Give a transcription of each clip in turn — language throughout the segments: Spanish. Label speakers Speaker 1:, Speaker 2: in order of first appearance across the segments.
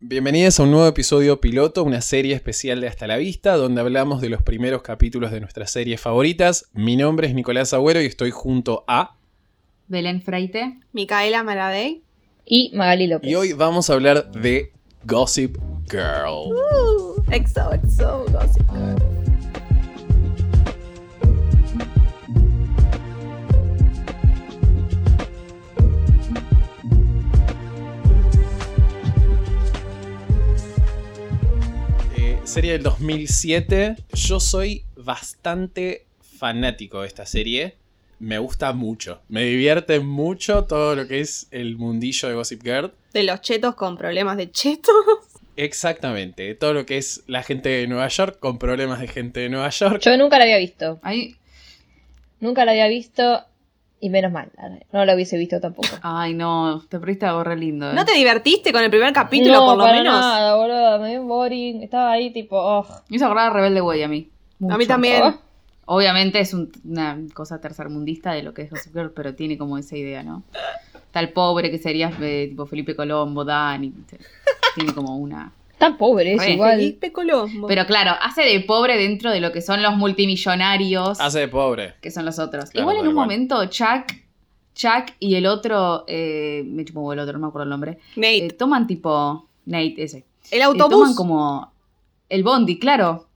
Speaker 1: Bienvenidos a un nuevo episodio piloto, una serie especial de Hasta la Vista, donde hablamos de los primeros capítulos de nuestras series favoritas. Mi nombre es Nicolás Agüero y estoy junto a...
Speaker 2: Belén Freite.
Speaker 3: Micaela Maradei.
Speaker 4: y Magali López.
Speaker 1: Y hoy vamos a hablar de Gossip Girl.
Speaker 3: Uh, exo, exo, gossip girl.
Speaker 1: Eh, serie del 2007. Yo soy bastante fanático de esta serie. Me gusta mucho. Me divierte mucho todo lo que es el mundillo de Gossip Girl.
Speaker 3: De los chetos con problemas de chetos.
Speaker 1: Exactamente. Todo lo que es la gente de Nueva York con problemas de gente de Nueva York.
Speaker 4: Yo nunca la había visto.
Speaker 2: Ay,
Speaker 4: Nunca la había visto y menos mal. No la hubiese visto tampoco.
Speaker 2: ay, no, te perdiste algo re lindo. eh.
Speaker 3: ¿No te divertiste con el primer capítulo,
Speaker 4: no,
Speaker 3: por lo
Speaker 4: para
Speaker 3: menos?
Speaker 4: nada, boludo. Me dio boring. Estaba ahí tipo, oh.
Speaker 2: Me hizo acordar a Rebelde Way a mí.
Speaker 3: A mí
Speaker 2: Mucho.
Speaker 3: también.
Speaker 4: Oh.
Speaker 2: Obviamente es un- una cosa tercermundista de lo que es Gossip Girl, pero tiene como esa idea, ¿no? Tal pobre que serías eh, tipo Felipe Colombo, Dani. ¿viste? Tiene como una.
Speaker 4: Tan pobre es
Speaker 2: Re.
Speaker 4: igual.
Speaker 3: Felipe Colombo.
Speaker 2: Pero claro, hace de pobre dentro de lo que son los multimillonarios.
Speaker 1: Hace de pobre.
Speaker 2: que son los otros.
Speaker 1: Claro,
Speaker 2: Igual en
Speaker 1: tal
Speaker 2: un
Speaker 1: cual.
Speaker 2: momento, Chuck, Chuck y el otro, eh, me chupó el otro, no me acuerdo el nombre,
Speaker 3: Nate,
Speaker 2: eh, toman tipo, Nate ese,
Speaker 3: el
Speaker 2: Eh, toman
Speaker 3: autobús.
Speaker 2: como el bondi, claro.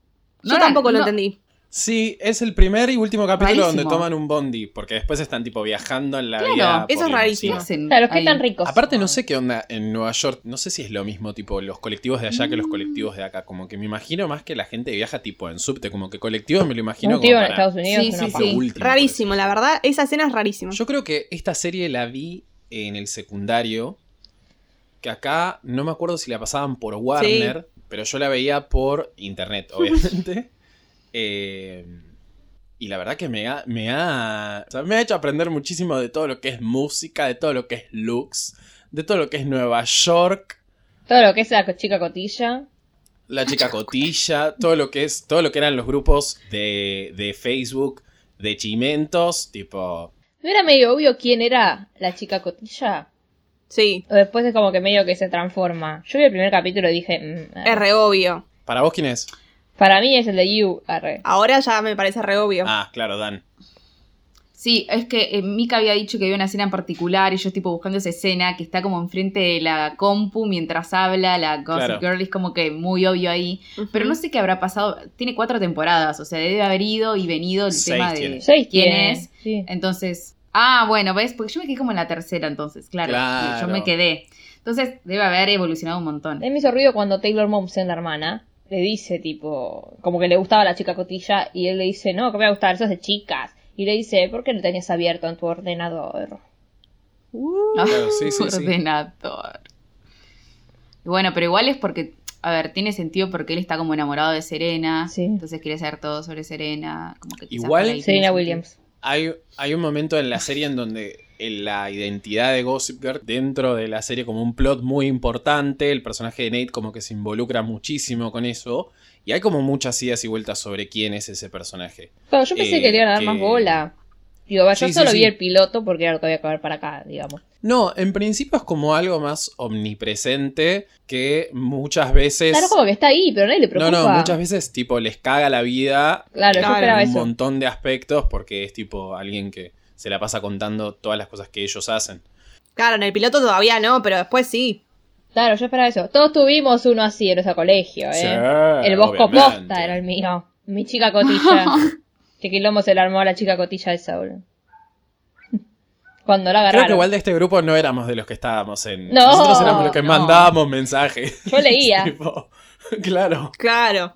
Speaker 3: Yo
Speaker 2: No eran-
Speaker 3: tampoco lo
Speaker 2: no-
Speaker 3: entendí.
Speaker 1: Sí, es el primer y último capítulo
Speaker 2: Rarísimo.
Speaker 1: donde toman un bondi, porque después están tipo viajando en la
Speaker 2: Claro,
Speaker 1: vida.
Speaker 3: eso
Speaker 1: por
Speaker 3: es
Speaker 1: la
Speaker 2: ¿Qué
Speaker 3: rarísimo.
Speaker 1: encima.
Speaker 2: hacen
Speaker 4: Claro, qué
Speaker 2: ahí?
Speaker 4: tan ricos.
Speaker 1: Aparte no sé qué onda en Nueva York, no sé si es lo mismo tipo los colectivos de allá que los colectivos de acá, como que me imagino más que la gente viaja tipo en subte, como que colectivos me lo imagino
Speaker 4: Un tío
Speaker 1: como
Speaker 4: en
Speaker 1: para-
Speaker 4: Estados Unidos.
Speaker 2: Sí,
Speaker 4: una
Speaker 2: sí,
Speaker 4: paja.
Speaker 1: para
Speaker 2: sí.
Speaker 1: último,
Speaker 3: Rarísimo, la verdad, esa escena es rarísima.
Speaker 1: Yo creo que esta serie la vi en el secundario. Que acá no me acuerdo si la pasaban por Warner, pero yo la veía por internet, obviamente. Eh, y la verdad que me ha, me ha. o sea, me ha hecho aprender muchísimo de todo lo que es música, de todo lo que es looks, de todo lo que es Nueva York,
Speaker 4: Todo lo que es la co- chica cotilla.
Speaker 1: la chica cotilla, todo lo que es. Todo lo que eran los grupos de, de Facebook, de chimentos, tipo.
Speaker 4: ¿No era medio obvio quién era la chica cotilla?
Speaker 3: Sí,
Speaker 4: O después es como que medio que se transforma. Yo vi el primer capítulo y dije, mm,
Speaker 3: es re obvio.
Speaker 1: ¿Para vos quién es?
Speaker 4: para mí es el de You, arre.
Speaker 3: Ahora ya me parece re obvio.
Speaker 1: Ah, claro, Dan.
Speaker 2: Sí, es que eh, Mika había dicho que había una escena en particular y yo tipo buscando esa escena que está como enfrente de la compu mientras habla, la Gossip
Speaker 1: Claro.
Speaker 2: Girl es como que muy obvio ahí. Pero no sé qué habrá pasado, tiene cuatro temporadas, o sea, debe haber ido y venido el
Speaker 1: Seis
Speaker 2: tema de
Speaker 1: tiene.
Speaker 4: ¿Sabes
Speaker 2: quién es.
Speaker 4: Sí.
Speaker 2: Entonces, ah, bueno, ¿ves? Porque yo me quedé como en la tercera entonces, claro.
Speaker 1: Claro.
Speaker 2: Yo me quedé. Entonces, debe haber evolucionado un montón.
Speaker 4: A mí me hizo ruido cuando Taylor Momsen, la hermana, le dice, tipo, como que le gustaba la chica cotilla, y él le dice, no, que me va a gustar, eso es de chicas. Y le dice, ¿por qué lo tenías abierto en tu ordenador?
Speaker 3: Uh,
Speaker 2: Ah,
Speaker 1: Claro, sí, sí, sí.
Speaker 2: ordenador. Y Bueno, pero igual es porque, a ver, tiene sentido porque él está como enamorado de Serena.
Speaker 4: Sí.
Speaker 2: Entonces quiere saber todo sobre Serena. Como que quizás
Speaker 1: Igual-
Speaker 2: por ahí tiene
Speaker 4: Serena
Speaker 2: sentido.
Speaker 4: Williams.
Speaker 1: Hay, hay un momento en la serie en donde el- la identidad de Gossip Girl dentro de la serie como un plot muy importante, el personaje de Nate como que se involucra muchísimo con eso, y hay como muchas idas y vueltas sobre quién es ese personaje.
Speaker 4: Claro, yo pensé
Speaker 1: Eh,
Speaker 4: que le iban a dar
Speaker 1: que-
Speaker 4: más bola. Digo, va, yo
Speaker 1: Sí, sí,
Speaker 4: solo
Speaker 1: sí.
Speaker 4: vi el piloto porque era lo que había que ver para acá, digamos.
Speaker 1: No, en principio es como algo más omnipresente que muchas veces...
Speaker 4: Claro, como que está ahí, pero a nadie le
Speaker 1: no,
Speaker 4: preocupa.
Speaker 1: no, muchas veces tipo les caga la vida
Speaker 4: Claro,
Speaker 3: Claro.
Speaker 4: yo esperaba
Speaker 1: en un
Speaker 4: eso.
Speaker 1: montón de aspectos porque es tipo alguien que se la pasa contando todas las cosas que ellos hacen.
Speaker 3: Claro, en el piloto todavía no, pero después sí.
Speaker 4: Claro, yo esperaba eso. Todos tuvimos uno así en nuestro colegio, ¿eh?
Speaker 1: Sí,
Speaker 4: el Bosco
Speaker 1: obviamente.
Speaker 4: Posta era el mío. Mi chica cotilla. que quilombo se le armó a la chica cotilla de Saúl. Cuando la
Speaker 1: Creo
Speaker 4: agarraron.
Speaker 1: que igual de este grupo no éramos de los que estábamos en.
Speaker 4: No.
Speaker 1: Nosotros éramos los que
Speaker 2: No.
Speaker 1: mandábamos mensajes.
Speaker 4: Yo leía.
Speaker 1: Tipo, claro.
Speaker 3: Claro.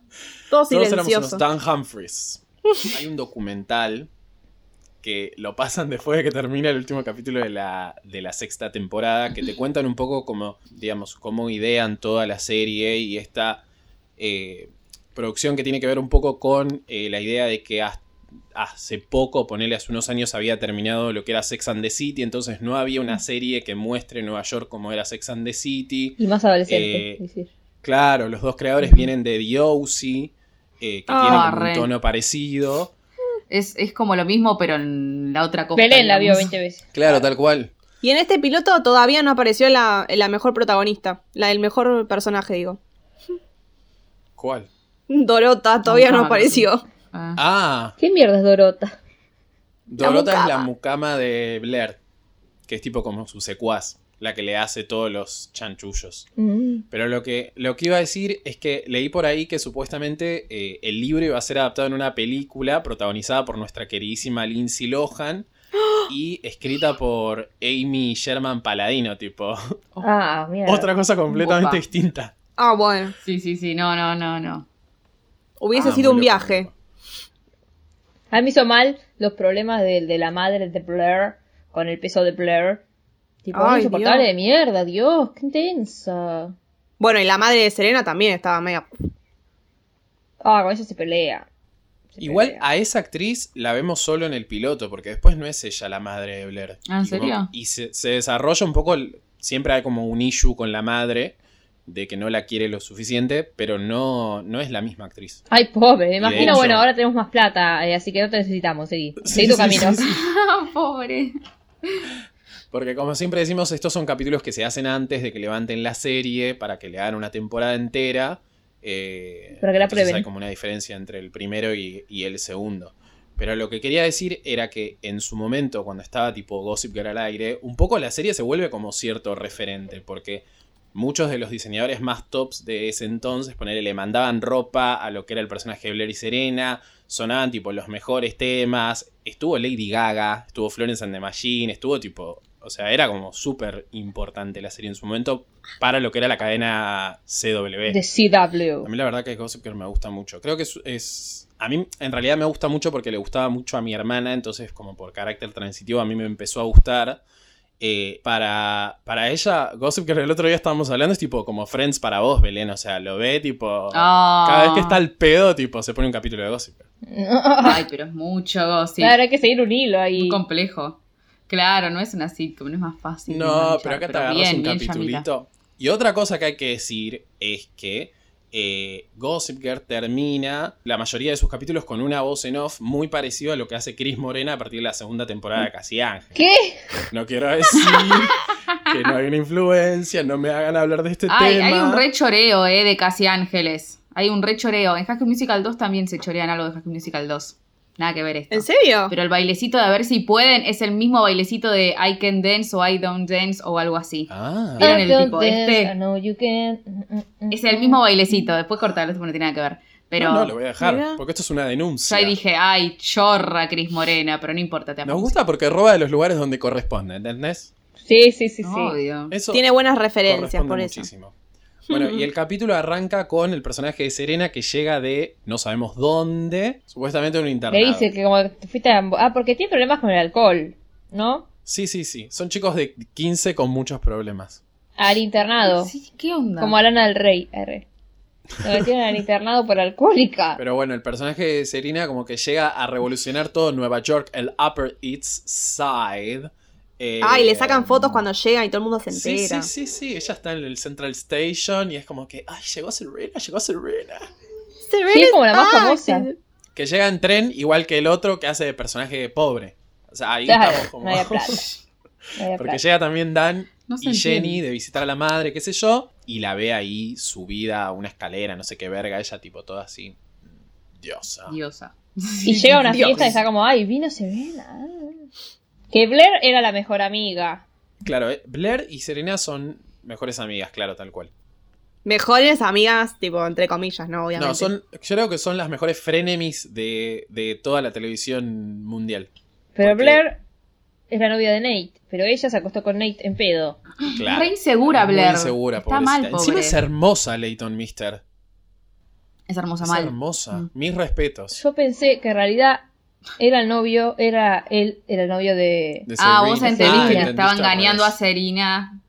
Speaker 3: Todo
Speaker 1: Todos éramos
Speaker 3: silencioso.
Speaker 1: unos Dan Humphreys. Hay un documental que lo pasan después de que termina el último capítulo de la, de la sexta temporada, que te cuentan un poco cómo, digamos, cómo idean toda la serie y esta eh, producción que tiene que ver un poco con eh, la idea de que has- hace poco, ponele hace unos años, había terminado lo que era Sex and the City, entonces no había
Speaker 3: Mm.
Speaker 1: una serie que muestre Nueva York como era Sex and the City.
Speaker 4: Y más adolescente.
Speaker 1: Eh,
Speaker 4: decir.
Speaker 1: Claro, los dos creadores
Speaker 4: Ujú.
Speaker 1: vienen de The O.C., eh, que
Speaker 3: Ah,
Speaker 1: tiene un
Speaker 2: re.
Speaker 1: tono parecido.
Speaker 2: Es, es como lo mismo, pero en la otra cosa.
Speaker 4: Belén la vio
Speaker 2: digamos.
Speaker 4: 20 veces.
Speaker 1: Claro, tal cual.
Speaker 3: Y en este piloto todavía no apareció la, la mejor protagonista, la del mejor personaje, digo.
Speaker 1: ¿Cuál?
Speaker 3: Dorota todavía no
Speaker 2: Mucama.
Speaker 3: apareció.
Speaker 2: Ah.
Speaker 1: Ah,
Speaker 4: ¿Qué mierda es Dorota?
Speaker 1: Dorota es la
Speaker 3: mucama.
Speaker 1: mucama de Blair, que es tipo como su secuaz, la que le hace todos los chanchullos.
Speaker 4: Mm.
Speaker 1: Pero lo que, lo que iba a decir es que leí por ahí que supuestamente eh, el libro iba a ser adaptado en una película protagonizada por nuestra queridísima Lindsay Lohan y escrita por Amy Sherman Paladino, tipo.
Speaker 4: Ah, mierda.
Speaker 1: Oh. Otra cosa completamente
Speaker 2: Opa.
Speaker 1: distinta.
Speaker 3: Ah, bueno.
Speaker 2: Sí, sí, sí, no, no, no, no.
Speaker 3: Hubiese
Speaker 1: Ah,
Speaker 3: sido
Speaker 1: muy
Speaker 3: un
Speaker 1: loco, muy
Speaker 3: viaje.
Speaker 1: loco.
Speaker 4: A mí me hizo mal los problemas de, de la madre de Blair con el peso de Blair. Tipo,
Speaker 3: Ay,
Speaker 4: un insoportable
Speaker 3: Dios.
Speaker 4: de mierda, Dios, qué intensa.
Speaker 3: Bueno, y la madre de Serena también estaba mega.
Speaker 4: Ah, con ella se pelea. Se
Speaker 1: Igual
Speaker 4: pelea.
Speaker 1: a esa actriz la vemos solo en el piloto, porque después no es ella la madre de Blair.
Speaker 2: Ah, ¿en
Speaker 1: Y como-
Speaker 2: serio?
Speaker 1: Y se, se desarrolla un poco, el- siempre hay como un issue con la madre, de que no la quiere lo suficiente, pero no, no es la misma actriz.
Speaker 4: Ay, pobre, me
Speaker 1: Y de
Speaker 4: imagino,
Speaker 1: hecho-
Speaker 4: bueno, ahora tenemos más plata, eh, así que no te necesitamos, seguí.
Speaker 1: Sí,
Speaker 4: Seguí tu
Speaker 1: sí,
Speaker 4: camino.
Speaker 1: sí, sí.
Speaker 2: Ah, pobre.
Speaker 1: Porque como siempre decimos, estos son capítulos que se hacen antes de que levanten la serie para que le hagan una temporada entera. eh,
Speaker 4: Para que la
Speaker 1: entonces
Speaker 4: prueben.
Speaker 1: Hay como una diferencia entre el primero y, y el segundo. Pero lo que quería decir era que en su momento, cuando estaba tipo Gossip Girl al aire, un poco la serie se vuelve como cierto referente, porque muchos de los diseñadores más tops de ese entonces, ponerle, le mandaban ropa a lo que era el personaje de Blair y Serena, sonaban tipo los mejores temas, estuvo Lady Gaga, estuvo Florence and the Machine, estuvo tipo, o sea, era como súper importante la serie en su momento para lo que era la cadena CW.
Speaker 4: De CW.
Speaker 1: A mí la verdad que Gossip Girl me gusta mucho. Creo que es, es- A mí en realidad me gusta mucho porque le gustaba mucho a mi hermana, entonces como por carácter transitivo a mí me empezó a gustar. Eh, para, para ella, Gossip Girl el otro día estábamos hablando, es tipo como Friends para vos, Belén. O sea, lo ve tipo...
Speaker 2: Ah.
Speaker 1: Cada vez que está al pedo, tipo, se pone un capítulo de Gossip Girl.
Speaker 2: Ay, pero es mucho gossip.
Speaker 4: Claro, hay que seguir un hilo
Speaker 2: Muy
Speaker 4: ahí.
Speaker 2: complejo. Claro, no es una sitcom, no es más fácil. de
Speaker 1: No,
Speaker 2: enganchar,
Speaker 1: pero acá te agarras
Speaker 2: bien,
Speaker 1: un
Speaker 2: bien, Yamila.
Speaker 1: capitulito. Y otra cosa que hay que decir es que eh, Gossip Girl termina la mayoría de sus capítulos con una voz en off muy parecida a lo que hace Chris Morena a partir de la segunda temporada
Speaker 2: Mm.
Speaker 1: de Casi Ángel.
Speaker 4: ¿Qué?
Speaker 1: No quiero decir que no hay una influencia, no me hagan hablar de este
Speaker 2: Ay,
Speaker 1: tema.
Speaker 2: hay un re choreo, eh, de Casi Ángeles. Hay un re choreo. En High School Musical 2 también se chorean algo de High School Musical 2. Nada que ver esto.
Speaker 3: ¿En serio?
Speaker 2: Pero el bailecito de a ver si pueden es el mismo bailecito de I can dance o I don't dance o algo así.
Speaker 1: Ah,
Speaker 2: Vieron el
Speaker 4: I
Speaker 2: tipo,
Speaker 4: don't dance,
Speaker 2: este-
Speaker 4: I know you can. Mm, mm, mm,
Speaker 2: Es el
Speaker 4: mm.
Speaker 2: mismo bailecito. Después cortarlo, esto no tiene nada que ver. Pero
Speaker 1: no, no, lo voy a dejar,
Speaker 3: Mira.
Speaker 1: porque esto es una
Speaker 2: yo
Speaker 1: denuncia.
Speaker 2: ahí dije, ay, chorra Cris Morena, pero no importa, te
Speaker 1: Nos
Speaker 2: amo.
Speaker 1: gusta porque roba de los lugares donde corresponde, ¿entendés?
Speaker 4: Sí, sí, sí, sí.
Speaker 2: Obvio.
Speaker 1: Eso
Speaker 3: Tiene buenas referencias,
Speaker 1: corresponde
Speaker 3: por eso.
Speaker 1: muchísimo. Bueno, y el capítulo arranca con el personaje de Serena que llega de no sabemos dónde, supuestamente un
Speaker 4: Le
Speaker 1: internado.
Speaker 4: dice que como te fuiste a... Ah, porque tiene problemas con el alcohol, ¿no?
Speaker 1: Sí, sí, sí. Son chicos de 15 con muchos problemas.
Speaker 4: Al internado.
Speaker 2: Sí, ¿Qué onda?
Speaker 4: Como Alana del Rey, R. Lo metieron al internado por alcohólica.
Speaker 1: Pero bueno, el personaje de Serena como que llega a revolucionar todo Nueva York, el Upper East Side. Eh,
Speaker 3: Ay, le sacan fotos cuando llegan y todo el mundo se
Speaker 1: Sí, sí,
Speaker 3: entera.
Speaker 1: sí, sí. Ella está en el Central Station y es como que, ay, llegó Serena, llegó Serena.
Speaker 3: Serena
Speaker 4: Sí, es como la más
Speaker 3: ay,
Speaker 4: famosa.
Speaker 3: sí.
Speaker 1: Que llega en tren igual que el otro que hace de personaje pobre. O sea, ahí
Speaker 4: Claro,
Speaker 1: estamos como...
Speaker 4: no había plata. No había
Speaker 1: Porque
Speaker 4: plata.
Speaker 1: llega también Dan
Speaker 2: No se
Speaker 1: y Jenny
Speaker 2: entiende.
Speaker 1: de visitar a la madre, qué sé yo, y la ve ahí subida a una escalera, no sé qué verga, ella tipo toda así. Diosa.
Speaker 2: Diosa.
Speaker 4: Y llega a una
Speaker 3: Dios.
Speaker 4: fiesta y está como, ay, vino Serena. ah". Que Blair era la mejor amiga.
Speaker 1: Claro, eh, Blair y Serena son mejores amigas, claro, tal cual.
Speaker 3: Mejores amigas, tipo, entre comillas, ¿no? Obviamente.
Speaker 1: No, son, yo creo que son las mejores frenemies de, de toda la televisión mundial.
Speaker 4: Pero
Speaker 1: Porque-
Speaker 4: Blair es la novia de Nate. Pero ella se acostó con Nate en pedo.
Speaker 1: Claro.
Speaker 2: Re insegura,
Speaker 1: Muy
Speaker 2: Blair.
Speaker 1: insegura,
Speaker 2: Está mal,
Speaker 1: pobrecita.
Speaker 2: pobre.
Speaker 1: Encima es hermosa Leighton Mister.
Speaker 2: Es hermosa
Speaker 1: Es
Speaker 2: mal.
Speaker 1: hermosa.
Speaker 2: Mm.
Speaker 1: Mis respetos.
Speaker 4: Yo pensé que en realidad era el novio, era él, era el novio de...
Speaker 1: de Serena.
Speaker 2: Ah, vos
Speaker 4: Ah,
Speaker 2: entendiste que
Speaker 4: entendiste
Speaker 2: estaba engañando
Speaker 1: a
Speaker 2: a Serena.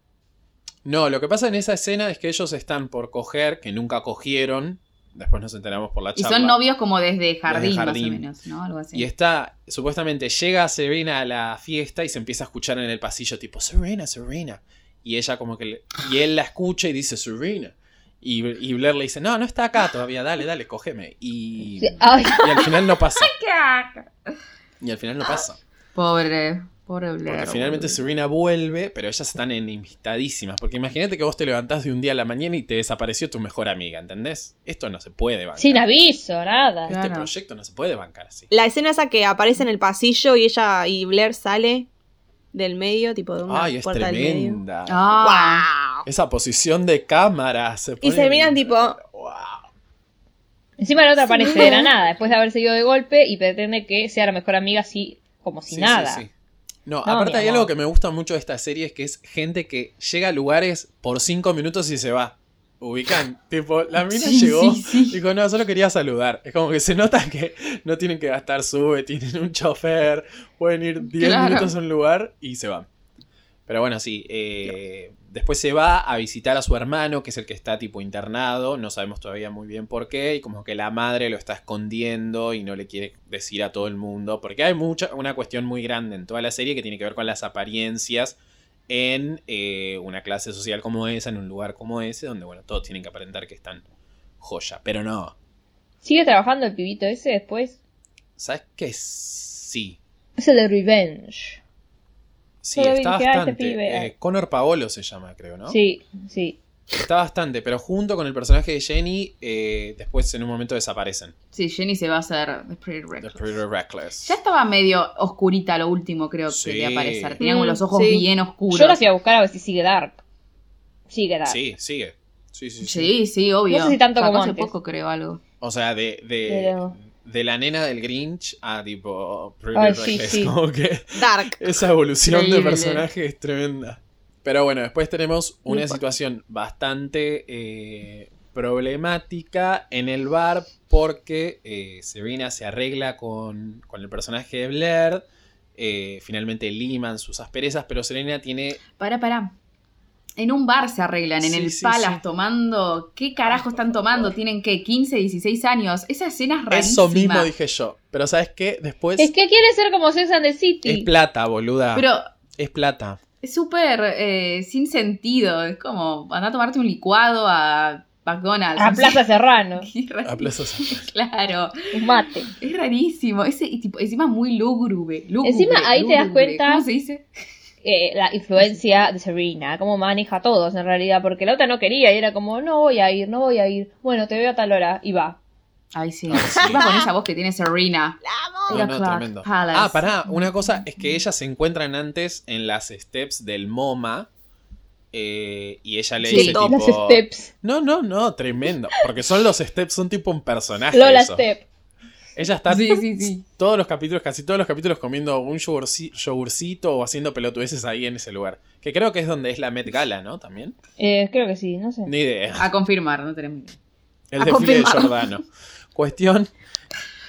Speaker 1: No, lo que pasa en esa escena es que ellos están por coger, que nunca cogieron. Después nos enteramos por la
Speaker 2: Y
Speaker 1: charla.
Speaker 2: son novios como desde jardín,
Speaker 1: jardín.
Speaker 2: más o menos, ¿no? Algo así.
Speaker 1: Y está, supuestamente llega Serena a la fiesta y se empieza a escuchar en el pasillo, tipo, Serena, Serena. Y ella como que, le- y él la escucha y dice, Serena. Y, y Blair le dice, no, no está acá todavía, dale, dale, cógeme. Y,
Speaker 4: Ay,
Speaker 1: y al final no pasa. Y al final no pasa.
Speaker 2: Pobre, pobre Pobre Blair.
Speaker 1: Porque finalmente
Speaker 2: boludo.
Speaker 1: Serena vuelve, pero ellas están enemistadísimas. Porque imagínate que vos te levantás de un día a la mañana y te desapareció tu mejor amiga, ¿entendés? Esto no se puede bancar.
Speaker 4: Sin aviso, nada.
Speaker 1: este
Speaker 2: Claro.
Speaker 1: proyecto no se puede bancar así.
Speaker 3: La escena esa que aparece en el pasillo y ella y Blair sale del medio, tipo de una
Speaker 1: Ay, es
Speaker 3: puerta del medio.
Speaker 1: tremenda.
Speaker 2: Ah,
Speaker 3: ¡Wow!
Speaker 1: Esa posición de cámara. Se pone-
Speaker 3: se miran tipo-
Speaker 1: Wow.
Speaker 4: Encima la otra
Speaker 3: Sí.
Speaker 4: aparece de la nada, después de haber seguido de golpe y pretende que sea la mejor amiga así, como si
Speaker 1: Sí, sí,
Speaker 4: nada.
Speaker 1: sí. No,
Speaker 4: No,
Speaker 1: aparte
Speaker 4: mi
Speaker 1: hay
Speaker 4: amor.
Speaker 1: algo que me gusta mucho de esta serie es que es gente que llega a lugares por cinco minutos y se va. Ubican, tipo, la mina
Speaker 2: Sí,
Speaker 1: llegó,
Speaker 2: sí, sí.
Speaker 1: dijo, no, solo quería saludar. Es como que se nota que no tienen que gastar sube, tienen un chofer, pueden ir 10
Speaker 2: Claro.
Speaker 1: minutos a un lugar y se van. Pero bueno, sí, eh, después se va a visitar a su hermano, que es el que está tipo internado, no sabemos todavía muy bien por qué, y como que la madre lo está escondiendo y no le quiere decir a todo el mundo, porque hay mucha, una cuestión muy grande en toda la serie que tiene que ver con las apariencias en eh, una clase social como esa, en un lugar como ese, donde bueno, todos tienen que aparentar que están joya, pero no,
Speaker 4: ¿Sigue trabajando el pibito ese después?
Speaker 1: ¿sabes qué? Sí.
Speaker 4: Es el de Revenge.
Speaker 1: Sí,
Speaker 4: Pero
Speaker 1: está
Speaker 4: dije, "Ah, este
Speaker 1: bastante.
Speaker 4: pibe".
Speaker 1: Eh, Connor Paolo se llama, creo, ¿no?
Speaker 4: Sí, sí.
Speaker 1: Está bastante, pero junto con el personaje de Jenny, eh, después en un momento desaparecen.
Speaker 2: Sí, Jenny se va a hacer The Pretty
Speaker 1: The
Speaker 2: Reckless.
Speaker 1: Pretty Reckless.
Speaker 2: Ya estaba medio oscurita lo último, creo,
Speaker 1: Sí.
Speaker 2: que de aparecer. Tenía como
Speaker 3: Mm,
Speaker 2: los ojos
Speaker 3: sí.
Speaker 2: bien oscuros.
Speaker 4: Yo lo fui a buscar a ver si sigue Dark. Sigue Dark.
Speaker 1: Sí, sigue. Sí, sí, sí.
Speaker 2: Sí, sí, obvio.
Speaker 4: No sé si tanto
Speaker 2: Sacó
Speaker 4: como
Speaker 2: hace
Speaker 4: antes.
Speaker 2: poco, creo, algo.
Speaker 1: O sea, de, de,
Speaker 4: Pero-
Speaker 1: de la nena del Grinch a tipo Pretty
Speaker 4: Ay, sí,
Speaker 1: Reckless.
Speaker 4: sí.
Speaker 1: Como que
Speaker 3: Dark.
Speaker 1: esa evolución de
Speaker 2: Increíble.
Speaker 1: personaje es tremenda. Pero bueno, después tenemos una
Speaker 4: Upa.
Speaker 1: situación bastante eh, problemática en el bar porque eh, Serena se arregla con, con el personaje de Blair. eh, finalmente liman sus asperezas, pero Serena tiene
Speaker 2: Pará, pará. En un bar se arreglan, en
Speaker 1: Sí,
Speaker 2: el
Speaker 1: sí,
Speaker 2: Palace,
Speaker 1: sí.
Speaker 2: tomando. ¿Qué
Speaker 1: Ay,
Speaker 2: carajo
Speaker 1: por
Speaker 2: están tomando?
Speaker 1: favor.
Speaker 2: Tienen que 15, 16 años. Esa escena es rarísima.
Speaker 1: Eso mismo dije yo. Pero ¿sabes qué? Después
Speaker 4: Es
Speaker 1: es,
Speaker 4: que quiere ser como Sex and the City.
Speaker 1: plata, boluda.
Speaker 2: Pero
Speaker 1: Es plata.
Speaker 2: es súper eh, sin sentido. Es como, anda a tomarte un licuado a McDonald's.
Speaker 4: a
Speaker 2: No sé.
Speaker 4: Plaza Serrano.
Speaker 2: Es rarísimo.
Speaker 1: A Plaza Sandra.
Speaker 2: Claro,
Speaker 4: Un mate.
Speaker 2: es rarísimo. Ese, y tipo, encima muy lúgubre. lúgubre,
Speaker 4: Encima ahí te das
Speaker 2: lúgubre.
Speaker 4: cuenta-
Speaker 2: ¿Cómo se dice?
Speaker 4: Eh, la influencia de Serena, cómo maneja a todos en realidad, porque la otra no quería y era como, no voy a ir, no voy a ir, bueno, te veo a tal hora y va.
Speaker 2: Ay, sí.
Speaker 1: Ay, Ah, sí. Oh,
Speaker 2: Iba con esa voz que tiene Serena.
Speaker 1: No,
Speaker 2: Eight
Speaker 1: no,
Speaker 2: o'clock,
Speaker 1: tremendo.
Speaker 2: Palace.
Speaker 1: Ah, pará. Una cosa es que ellas se encuentran antes en las steps del MoMA. eh, y ella le
Speaker 2: Sí,
Speaker 1: dice
Speaker 3: top.
Speaker 1: tipo...
Speaker 4: Las steps,
Speaker 1: No, no, no, tremendo. Porque son los steps, son tipo un personaje.
Speaker 4: Lola
Speaker 1: eso.
Speaker 4: Step.
Speaker 1: Ella está
Speaker 2: Sí, sí, sí.
Speaker 1: todos los capítulos, casi todos los capítulos comiendo un yogurci- yogurcito o haciendo pelotudeces ahí en ese lugar. Que creo que es donde es la Met Gala, ¿no? También.
Speaker 4: Eh, creo que sí, no sé.
Speaker 1: Ni idea.
Speaker 2: A confirmar, no tenemos.
Speaker 1: El
Speaker 2: A
Speaker 1: desfile de
Speaker 2: confirmar.
Speaker 1: Giordano. Cuestión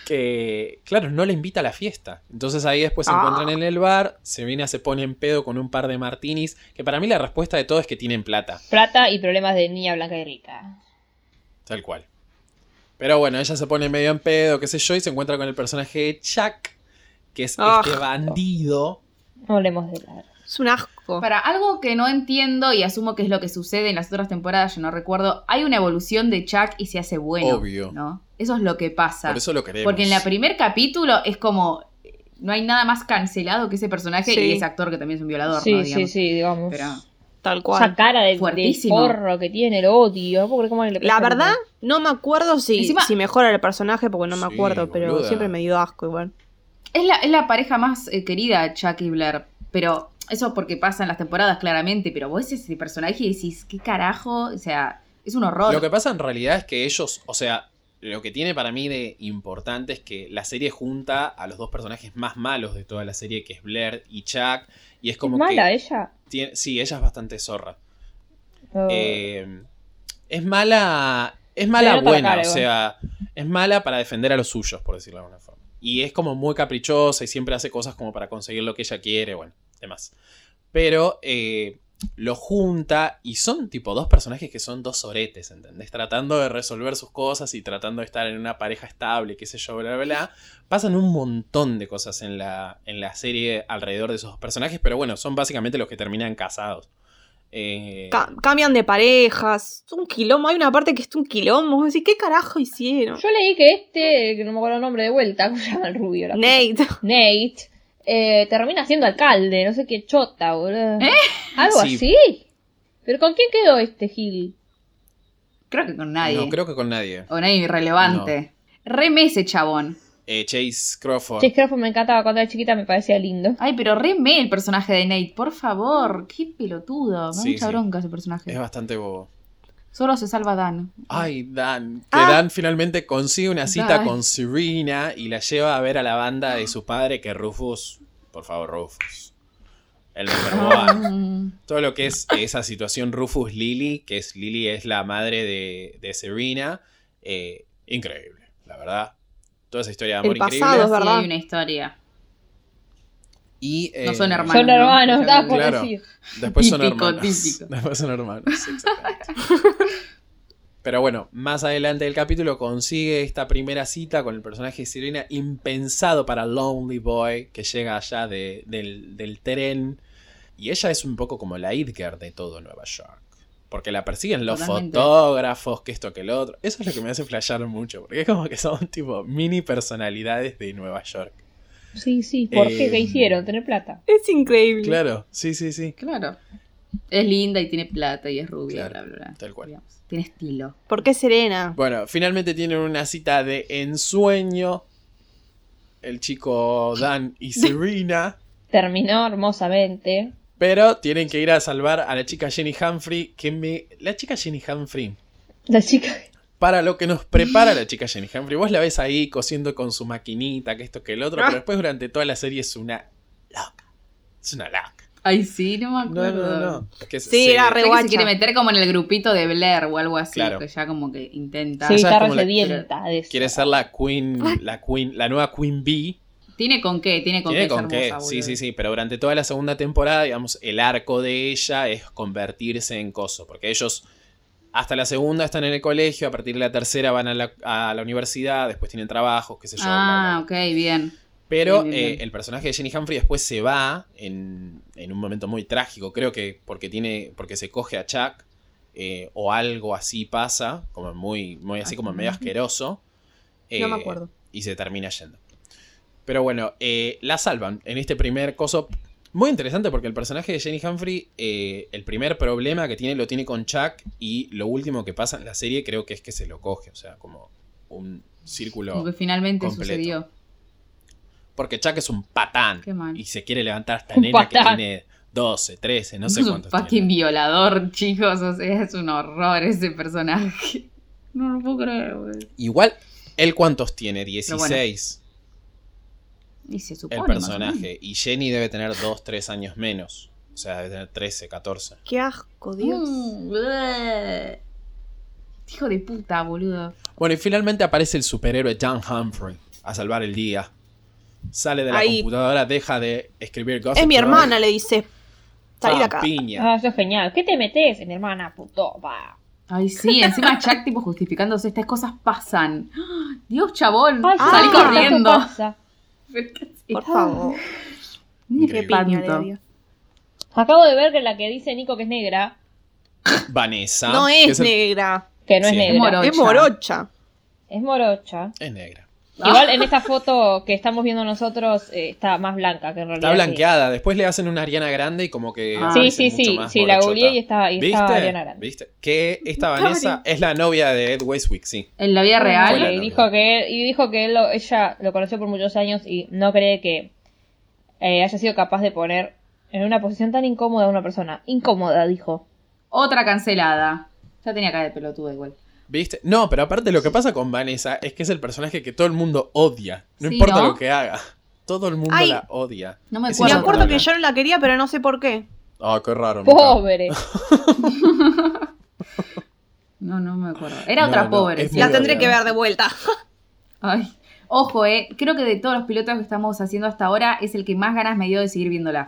Speaker 1: que, claro, no le invita a la fiesta. Entonces ahí después se
Speaker 3: Ah.
Speaker 1: encuentran en el bar, Serena se pone en pedo con un par de martinis, que para mí la respuesta de todo es que tienen plata,
Speaker 4: Plata y problemas de niña blanca y rica.
Speaker 1: tal cual. Pero bueno, ella se pone medio en pedo, qué sé yo, y se encuentra con el personaje de Chuck, que es
Speaker 3: Ah.
Speaker 1: este bandido.
Speaker 4: No hablemos de la...
Speaker 3: Es un asco.
Speaker 2: Para algo que no entiendo y asumo que es lo que sucede en las otras temporadas, yo no recuerdo, hay una evolución de Chuck y se hace bueno.
Speaker 1: Obvio.
Speaker 2: ¿no? Eso es lo que pasa.
Speaker 1: Por eso lo queremos.
Speaker 2: Porque en la primer capítulo es como eh, no hay nada más cancelado que ese personaje
Speaker 3: Sí.
Speaker 2: y ese actor que también es un violador,
Speaker 4: Sí,
Speaker 2: ¿no?
Speaker 4: sí,
Speaker 2: Digamos.
Speaker 4: sí, digamos.
Speaker 2: Pero
Speaker 3: Tal
Speaker 4: Esa
Speaker 3: cual.
Speaker 4: cara de, de
Speaker 2: Fuertísimo.
Speaker 4: forro que tiene, el odio. pobre, cómo le
Speaker 3: La verdad, no me acuerdo si,
Speaker 2: Encima-
Speaker 3: si mejora el personaje porque no me
Speaker 1: Sí,
Speaker 3: acuerdo, pero
Speaker 1: boluda.
Speaker 3: siempre me dio asco igual.
Speaker 2: es la, es la pareja más eh, querida, Chuck y Blair. Pero eso porque pasa en las temporadas, claramente. Pero vos ves ese personaje y decís, ¿qué carajo? O sea, es un horror.
Speaker 1: Lo que pasa en realidad es que ellos, o sea, lo que tiene para mí de importante es que la serie junta a los dos personajes más malos de toda la serie, que es Blair y Chuck, y es como
Speaker 4: ¿Es mala ¿eh?
Speaker 1: que
Speaker 4: ella?
Speaker 1: tiene- sí, ella es bastante zorra.
Speaker 4: Oh.
Speaker 1: Eh, es mala, es mala
Speaker 4: nota la
Speaker 1: buena,
Speaker 4: cara,
Speaker 1: o
Speaker 4: igual.
Speaker 1: sea, es mala para defender a los suyos, por decirlo de alguna forma. Y es como muy caprichosa y siempre hace cosas como para conseguir lo que ella quiere, bueno, demás. Pero eh, lo junta y son tipo dos personajes que son dos oretes, ¿entendés? Tratando de resolver sus cosas y tratando de estar en una pareja estable, qué sé yo, bla, bla, bla. Pasan un montón de cosas en la, en la serie alrededor de esos dos personajes, pero bueno, son básicamente los que terminan casados. Eh,
Speaker 3: Ca- cambian de parejas. Es un quilombo. Hay una parte que es un quilombo. Así, ¿qué carajo hicieron?
Speaker 4: Yo leí que este, que no me acuerdo el nombre de vuelta, ¿cómo se llama el rubio? La puta?
Speaker 3: Nate.
Speaker 4: Nate eh, termina siendo alcalde, no sé qué chota, boludo.
Speaker 2: ¿Eh?
Speaker 4: Algo
Speaker 1: Sí.
Speaker 4: así. ¿Pero con quién quedó este Gil?
Speaker 2: Creo que con nadie.
Speaker 1: No, creo que con nadie.
Speaker 2: O nadie irrelevante. Re Remese, chabón.
Speaker 1: Eh, Chase Crawford.
Speaker 4: Chase Crawford me encantaba cuando era chiquita, me parecía lindo.
Speaker 2: Ay, pero reme el personaje de Nate, por favor. Qué pelotudo. Me da
Speaker 1: Sí,
Speaker 2: mucha
Speaker 1: sí.
Speaker 2: bronca ese
Speaker 1: Es
Speaker 2: personaje.
Speaker 1: bastante bobo.
Speaker 2: Solo se salva Dan.
Speaker 1: Ay, Dan. Que
Speaker 3: Ah.
Speaker 1: Dan finalmente consigue una cita
Speaker 2: Dan.
Speaker 1: con Serena y la lleva a ver a la banda de su padre, que Rufus. Por favor, Rufus. El número
Speaker 3: Ah.
Speaker 1: one.
Speaker 2: Mm.
Speaker 1: Todo lo que es esa situación Rufus Lily, que es Lily es la madre de, de Serena. eh, increíble, la verdad. Toda esa historia de amor
Speaker 3: El
Speaker 1: increíble.
Speaker 3: pasado. Es
Speaker 2: Sí,
Speaker 3: verdad.
Speaker 2: hay una historia.
Speaker 1: Y,
Speaker 2: No
Speaker 1: eh,
Speaker 2: son hermanos.
Speaker 4: Son hermanos,
Speaker 2: ¿no?
Speaker 4: ah, estaba por
Speaker 1: Claro.
Speaker 4: decir.
Speaker 1: Después son
Speaker 2: Típico,
Speaker 1: hermanos.
Speaker 2: típico.
Speaker 1: Después son hermanos, sí, exactamente. Pero bueno, más adelante del capítulo consigue esta primera cita con el personaje de Sirena, impensado para Lonely Boy, que llega allá de- del, del tren. Y ella es un poco como la Edgar de todo Nueva York. Porque la persiguen los
Speaker 2: Totalmente.
Speaker 1: fotógrafos, que esto, que lo otro. Eso es lo que me hace flashear mucho, porque es como que son tipo mini personalidades de Nueva York.
Speaker 4: Sí, sí, ¿por qué?
Speaker 1: Eh,
Speaker 4: ¿Qué hicieron? Tener plata.
Speaker 3: Es increíble.
Speaker 1: Claro, sí, sí, sí.
Speaker 2: Claro. Es linda y tiene plata y es rubia,
Speaker 1: Claro,
Speaker 2: bla, bla, bla.
Speaker 1: tal cual.
Speaker 2: Digamos, Tiene estilo.
Speaker 3: ¿Por qué Serena?
Speaker 1: Bueno, finalmente tienen una cita de ensueño. El chico Dan y Serena.
Speaker 4: Terminó hermosamente.
Speaker 1: Pero tienen que ir a salvar a la chica Jenny Humphrey. Que me. La chica Jenny Humphrey.
Speaker 4: La chica.
Speaker 1: Ah, Para lo que nos prepara la chica Jenny Humphrey. Vos la ves ahí cosiendo con su maquinita, que esto, que el otro. Pero después durante toda la serie es una loca. Es una loca.
Speaker 2: Ay, sí, no me
Speaker 1: No,
Speaker 2: acuerdo.
Speaker 1: no, no. Que se-
Speaker 3: Sí,
Speaker 1: se-
Speaker 3: era re-
Speaker 2: Creo que
Speaker 3: Reguacha.
Speaker 2: se quiere meter como en el grupito de Blair o algo así,
Speaker 1: Claro.
Speaker 2: que ya como que intenta.
Speaker 4: Sí,
Speaker 1: Ella es
Speaker 4: está
Speaker 1: como la-
Speaker 4: resedienta de eso.
Speaker 1: Quiere ser la Queen. La Queen. La nueva Queen Bee.
Speaker 2: Tiene con qué, tiene con
Speaker 1: Tiene
Speaker 2: qué. es
Speaker 1: con qué,
Speaker 2: hermosa,
Speaker 1: sí,
Speaker 2: boludo.
Speaker 1: sí, sí, pero durante toda la segunda temporada, digamos, el arco de ella es convertirse en coso, porque ellos hasta la segunda están en el colegio, a partir de la tercera van a la, a la universidad, después tienen trabajos, qué sé yo. bla, bla,
Speaker 2: Ah,
Speaker 1: bla.
Speaker 2: ok, bien.
Speaker 1: Pero
Speaker 2: Bien, bien, bien.
Speaker 1: eh, el personaje de Jenny Humphrey después se va en, en un momento muy trágico, creo que porque tiene porque se coge a Chuck eh, o algo así pasa, como muy muy así como medio asqueroso.
Speaker 3: No me
Speaker 1: eh,
Speaker 3: acuerdo.
Speaker 1: y se termina yendo. Pero bueno, eh, la salvan en este primer coso. Muy interesante porque el personaje de Jenny Humphrey, eh, el primer problema que tiene lo tiene con Chuck y lo último que pasa en la serie creo que es que se lo coge, o sea, como un círculo.
Speaker 2: Como que finalmente
Speaker 1: completo.
Speaker 2: sucedió.
Speaker 1: Porque Chuck es un patán
Speaker 2: Qué mal.
Speaker 1: y se quiere levantar a esta
Speaker 4: Un
Speaker 1: nena
Speaker 4: patán.
Speaker 1: que tiene 12, 13, no sé
Speaker 2: es un
Speaker 1: cuántos
Speaker 2: fucking
Speaker 1: tiene.
Speaker 2: violador, chicos. O sea, es un horror ese personaje. No lo puedo creer, boludo.
Speaker 1: Igual, ¿él cuántos tiene?
Speaker 2: bueno,
Speaker 1: 16
Speaker 2: Y se supone.
Speaker 1: el
Speaker 2: más o menos.
Speaker 1: personaje. Y Jenny debe tener 2, 3 años menos. O sea, debe tener 13, 14.
Speaker 3: Qué asco, Dios.
Speaker 2: Mm, bleh. Hijo de puta, boludo.
Speaker 1: Bueno, y finalmente aparece el superhéroe John Humphrey a salvar el día. Sale de la
Speaker 3: Ahí.
Speaker 1: computadora, deja de escribir cosas.
Speaker 3: Es mi hermana, le dice. Salí de acá.
Speaker 1: Piña.
Speaker 4: Ah, eso es genial. ¿Qué te metes, mi hermana? Puto, va.
Speaker 2: Ay, sí, encima Chuck, tipo, justificándose, estas cosas pasan. ¡Ah! Dios, chabón,
Speaker 4: Ay,
Speaker 2: salí
Speaker 4: sí,
Speaker 2: corriendo.
Speaker 4: está en tu casa.
Speaker 3: Por favor.
Speaker 2: Ni
Speaker 1: Qué
Speaker 3: Piña le
Speaker 2: espanto.
Speaker 3: dio.
Speaker 4: Acabo de ver que la que dice Nico que es negra,
Speaker 1: Vanessa.
Speaker 3: No
Speaker 1: que
Speaker 3: es
Speaker 1: el-
Speaker 3: negra.
Speaker 4: que no
Speaker 1: Sí,
Speaker 4: es
Speaker 1: es
Speaker 4: negra,
Speaker 2: moro. Morocha.
Speaker 3: Es morocha.
Speaker 4: es morocha.
Speaker 1: Es negra.
Speaker 2: Ah.
Speaker 4: Igual en esta foto que estamos viendo nosotros eh, está más blanca que en realidad.
Speaker 1: Está
Speaker 4: sí.
Speaker 1: blanqueada. Después le hacen una Ariana Grande y como que.
Speaker 2: Ah.
Speaker 1: aparece
Speaker 4: Sí, sí,
Speaker 1: mucho
Speaker 4: sí.
Speaker 1: más
Speaker 4: Sí, la
Speaker 1: morochota.
Speaker 4: googleé y estaba, y
Speaker 1: ¿Viste?
Speaker 4: estaba Ariana Grande.
Speaker 1: ¿Viste? Que esta Vanessa es la novia de Ed Westwick, sí.
Speaker 2: En la vida
Speaker 1: Fue la
Speaker 2: real,
Speaker 4: Y
Speaker 1: novia.
Speaker 4: dijo que él- y dijo que él lo- ella lo conoció por muchos años y no cree que eh, haya sido capaz de poner en una posición tan incómoda a una persona. Incómoda, dijo.
Speaker 2: otra cancelada. Ya tenía cara de pelotuda igual.
Speaker 1: ¿Viste? No, pero aparte lo que pasa con Vanessa es que es el personaje que todo el mundo odia. No
Speaker 2: Sí,
Speaker 1: importa
Speaker 2: ¿no?
Speaker 1: lo que haga. Todo el mundo
Speaker 3: Ay.
Speaker 1: la odia.
Speaker 2: No me
Speaker 1: Es
Speaker 3: Me
Speaker 2: Bueno,
Speaker 3: acuerdo que
Speaker 1: insoportable.
Speaker 3: yo no la quería, pero no sé por qué.
Speaker 1: Ah, qué raro. me cago.
Speaker 4: Pobre.
Speaker 2: No, no me acuerdo. Era
Speaker 1: No,
Speaker 2: otra
Speaker 1: no,
Speaker 2: pobre.
Speaker 1: es
Speaker 2: sí.
Speaker 1: muy
Speaker 3: La tendré
Speaker 1: odiada.
Speaker 3: que ver de vuelta.
Speaker 2: Ay. Ojo, eh. Creo que de todos los pilotos que estamos haciendo hasta ahora, es el que más ganas me dio de seguir viéndola.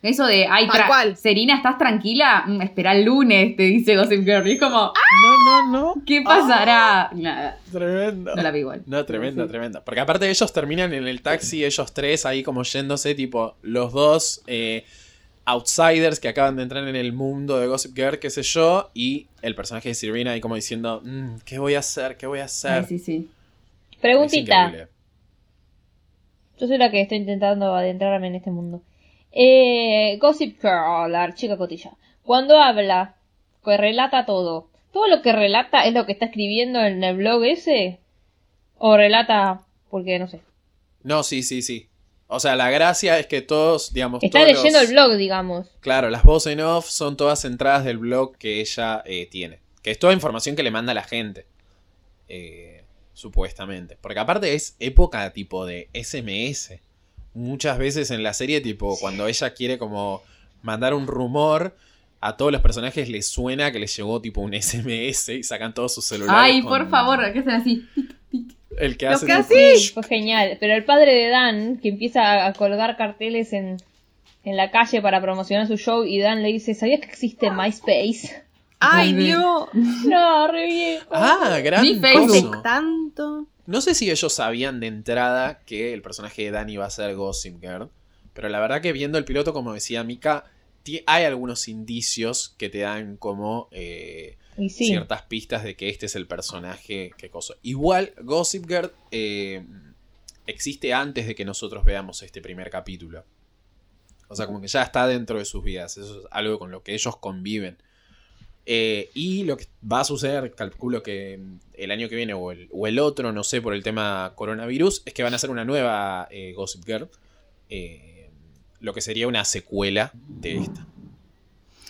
Speaker 2: Eso de, ay,
Speaker 3: Tal
Speaker 2: tra-
Speaker 3: cual.
Speaker 2: Serina, ¿estás tranquila? Mm, espera el lunes, te dice Gossip Girl. Y es como,
Speaker 1: No, no, no.
Speaker 3: Ah.
Speaker 2: ¿qué pasará? Nada,
Speaker 1: Tremendo.
Speaker 2: no la vi igual.
Speaker 1: No, tremendo, tremendo. Porque aparte ellos terminan en el taxi, ellos tres ahí como yéndose, tipo, los dos eh, outsiders que acaban de entrar en el mundo de Gossip Girl, qué sé yo, y el personaje de Sirvina ahí como diciendo, "Mm, ¿qué voy a hacer? ¿Qué voy a hacer?
Speaker 2: Ay, sí, sí.
Speaker 1: Es
Speaker 4: Preguntita.
Speaker 1: increíble.
Speaker 4: Yo soy la que estoy intentando adentrarme en este mundo. Eh, Gossip Girl, la chica cotilla. Cuando habla, que relata todo. ¿Todo lo que relata es lo que está escribiendo en el blog ese? ¿O relata porque no sé?
Speaker 1: No, sí, sí, sí. O sea, la gracia es que todos, digamos,
Speaker 4: Está
Speaker 1: todos
Speaker 4: leyendo
Speaker 1: los-
Speaker 4: el blog, digamos.
Speaker 1: Claro, las voces en off son todas entradas del blog que ella eh, tiene. Que es toda información que le manda la gente. eh, supuestamente. Porque aparte es época tipo de SMS. Muchas veces en la serie, tipo, cuando ella quiere como mandar un rumor, a todos los personajes les suena que les llegó tipo un SMS y sacan todos sus celulares.
Speaker 2: Ay,
Speaker 1: con-
Speaker 2: por favor, que sean así.
Speaker 1: El que
Speaker 3: Lo
Speaker 1: hace.
Speaker 3: que
Speaker 1: tipo-
Speaker 3: hace- Sí.
Speaker 4: Fue genial. Pero el padre de Dan, que empieza a colgar carteles en, en la calle para promocionar su show, y Dan le dice, ¿sabías que existe MySpace?
Speaker 3: Ay,
Speaker 2: Volvé.
Speaker 3: Dios.
Speaker 4: no, re viejo.
Speaker 1: Ah, gran
Speaker 2: Mi
Speaker 3: Hace
Speaker 2: Facebook.
Speaker 1: coso.
Speaker 3: tanto.
Speaker 1: No sé si ellos sabían de entrada que el personaje de Dani iba a ser Gossip Girl, pero la verdad que viendo el piloto, como decía Mika, ti- hay algunos indicios que te dan como eh,
Speaker 4: Y sí.
Speaker 1: ciertas pistas de que este es el personaje que cosa. Igual Gossip Girl eh, existe antes de que nosotros veamos este primer capítulo. O sea, como que ya está dentro de sus vidas. Eso es algo con lo que ellos conviven. Eh, y lo que va a suceder, calculo que el año que viene o el, o el otro, no sé, por el tema coronavirus, es que van a hacer una nueva eh, Gossip Girl. eh, lo que sería una secuela de esta.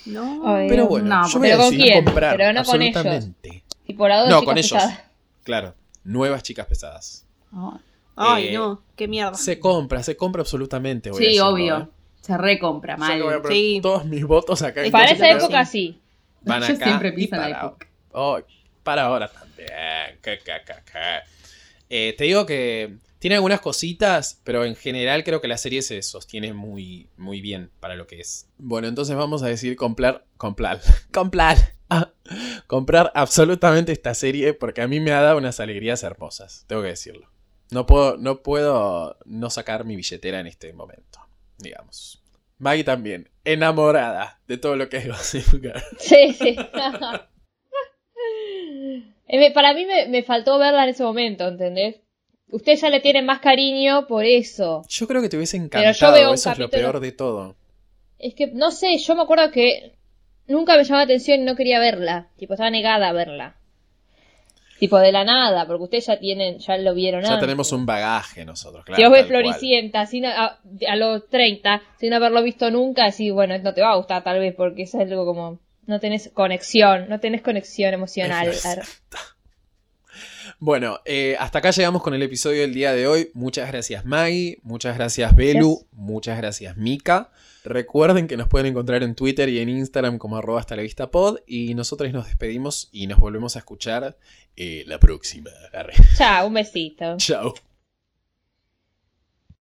Speaker 3: No.
Speaker 4: Ay,
Speaker 1: Pero bueno,
Speaker 2: no,
Speaker 1: yo voy a
Speaker 4: pero ¿con
Speaker 1: decidir
Speaker 4: quién?
Speaker 1: comprar
Speaker 4: Pero no con ellos.
Speaker 1: absolutamente.
Speaker 4: Y por ahora,
Speaker 1: No,
Speaker 4: chicas
Speaker 1: con ellos.
Speaker 4: pesadas.
Speaker 1: Claro, nuevas chicas pesadas.
Speaker 2: Oh,
Speaker 3: Ay,
Speaker 1: Eh,
Speaker 3: no. Qué mierda.
Speaker 1: Se compra, se compra absolutamente. voy a
Speaker 2: Sí,
Speaker 1: decirlo, ¿eh?
Speaker 2: obvio. Se recompra,
Speaker 1: O sea que voy a
Speaker 2: mal.
Speaker 1: poner
Speaker 3: Sí.
Speaker 1: todos mis votos acá. en
Speaker 4: Para
Speaker 1: Coche
Speaker 4: esa
Speaker 1: Carrera.
Speaker 4: época sí.
Speaker 1: Van
Speaker 2: Yo
Speaker 1: acá
Speaker 2: siempre
Speaker 1: y
Speaker 2: pienso en la
Speaker 1: para-
Speaker 2: época.
Speaker 1: Ay, Oh, para ahora también. Ca, ca, ca, ca. Eh, te digo que tiene algunas cositas, pero en general creo que la serie se sostiene muy, muy bien para lo que es. Bueno, entonces vamos a decir comprar, comprar, comprar, ah, comprar absolutamente esta serie porque a mí me ha dado unas alegrías hermosas, tengo que decirlo. No puedo, no puedo no sacar mi billetera en este momento, digamos. Maggie también, enamorada de todo lo que es Gossip Girl.
Speaker 4: Sí, sí. Eh, me- Para mí me, me faltó verla en ese momento, ¿entendés? Ustedes ya le tienen más cariño por eso.
Speaker 1: Yo creo que te hubiese
Speaker 4: yo
Speaker 1: encantado,
Speaker 4: veo un
Speaker 1: eso es lo
Speaker 4: capítulo-
Speaker 1: peor de todo.
Speaker 4: Es que, no sé, yo me acuerdo que nunca me llamó la atención y no quería verla. Tipo, estaba negada a verla. Tipo, de la nada, porque ustedes ya tienen, ya lo vieron
Speaker 1: Ya
Speaker 4: antes.
Speaker 1: tenemos un bagaje nosotros, claro.
Speaker 4: Si vos ves
Speaker 1: tal cual.
Speaker 4: Floricienta sin a, a los 30, sin haberlo visto nunca, decís, bueno, no te va a gustar tal vez, porque es algo como... No tenés conexión, no tenés conexión emocional.
Speaker 1: Exacto. Bueno, eh, hasta acá llegamos con el episodio del día de hoy. Muchas gracias Maggie, muchas gracias Belu, muchas gracias Mika. Recuerden que nos pueden encontrar en Twitter y en Instagram como arroba hasta la vista pod y nosotros nos despedimos y nos volvemos a escuchar eh, la próxima. Arre.
Speaker 4: Chao, un besito.
Speaker 1: Chao.